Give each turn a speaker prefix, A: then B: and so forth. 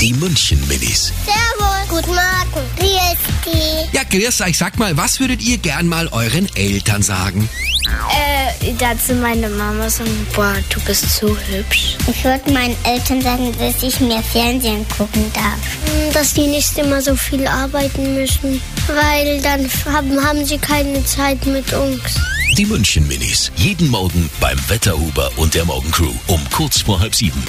A: Die München Minis.
B: Servus. Guten Morgen. Wie ist die?
A: Ja, grüß euch, sag mal, was würdet ihr gern mal euren Eltern sagen?
C: Äh, dazu meine Mama so, boah, du bist so hübsch.
B: Ich würde meinen Eltern sagen, dass ich mehr Fernsehen gucken darf. Hm, Dass die nicht immer so viel arbeiten müssen, weil dann haben, haben sie keine Zeit mit uns.
A: Die München Minis. Jeden Morgen beim Wetterhuber und der Morgencrew um kurz vor halb sieben.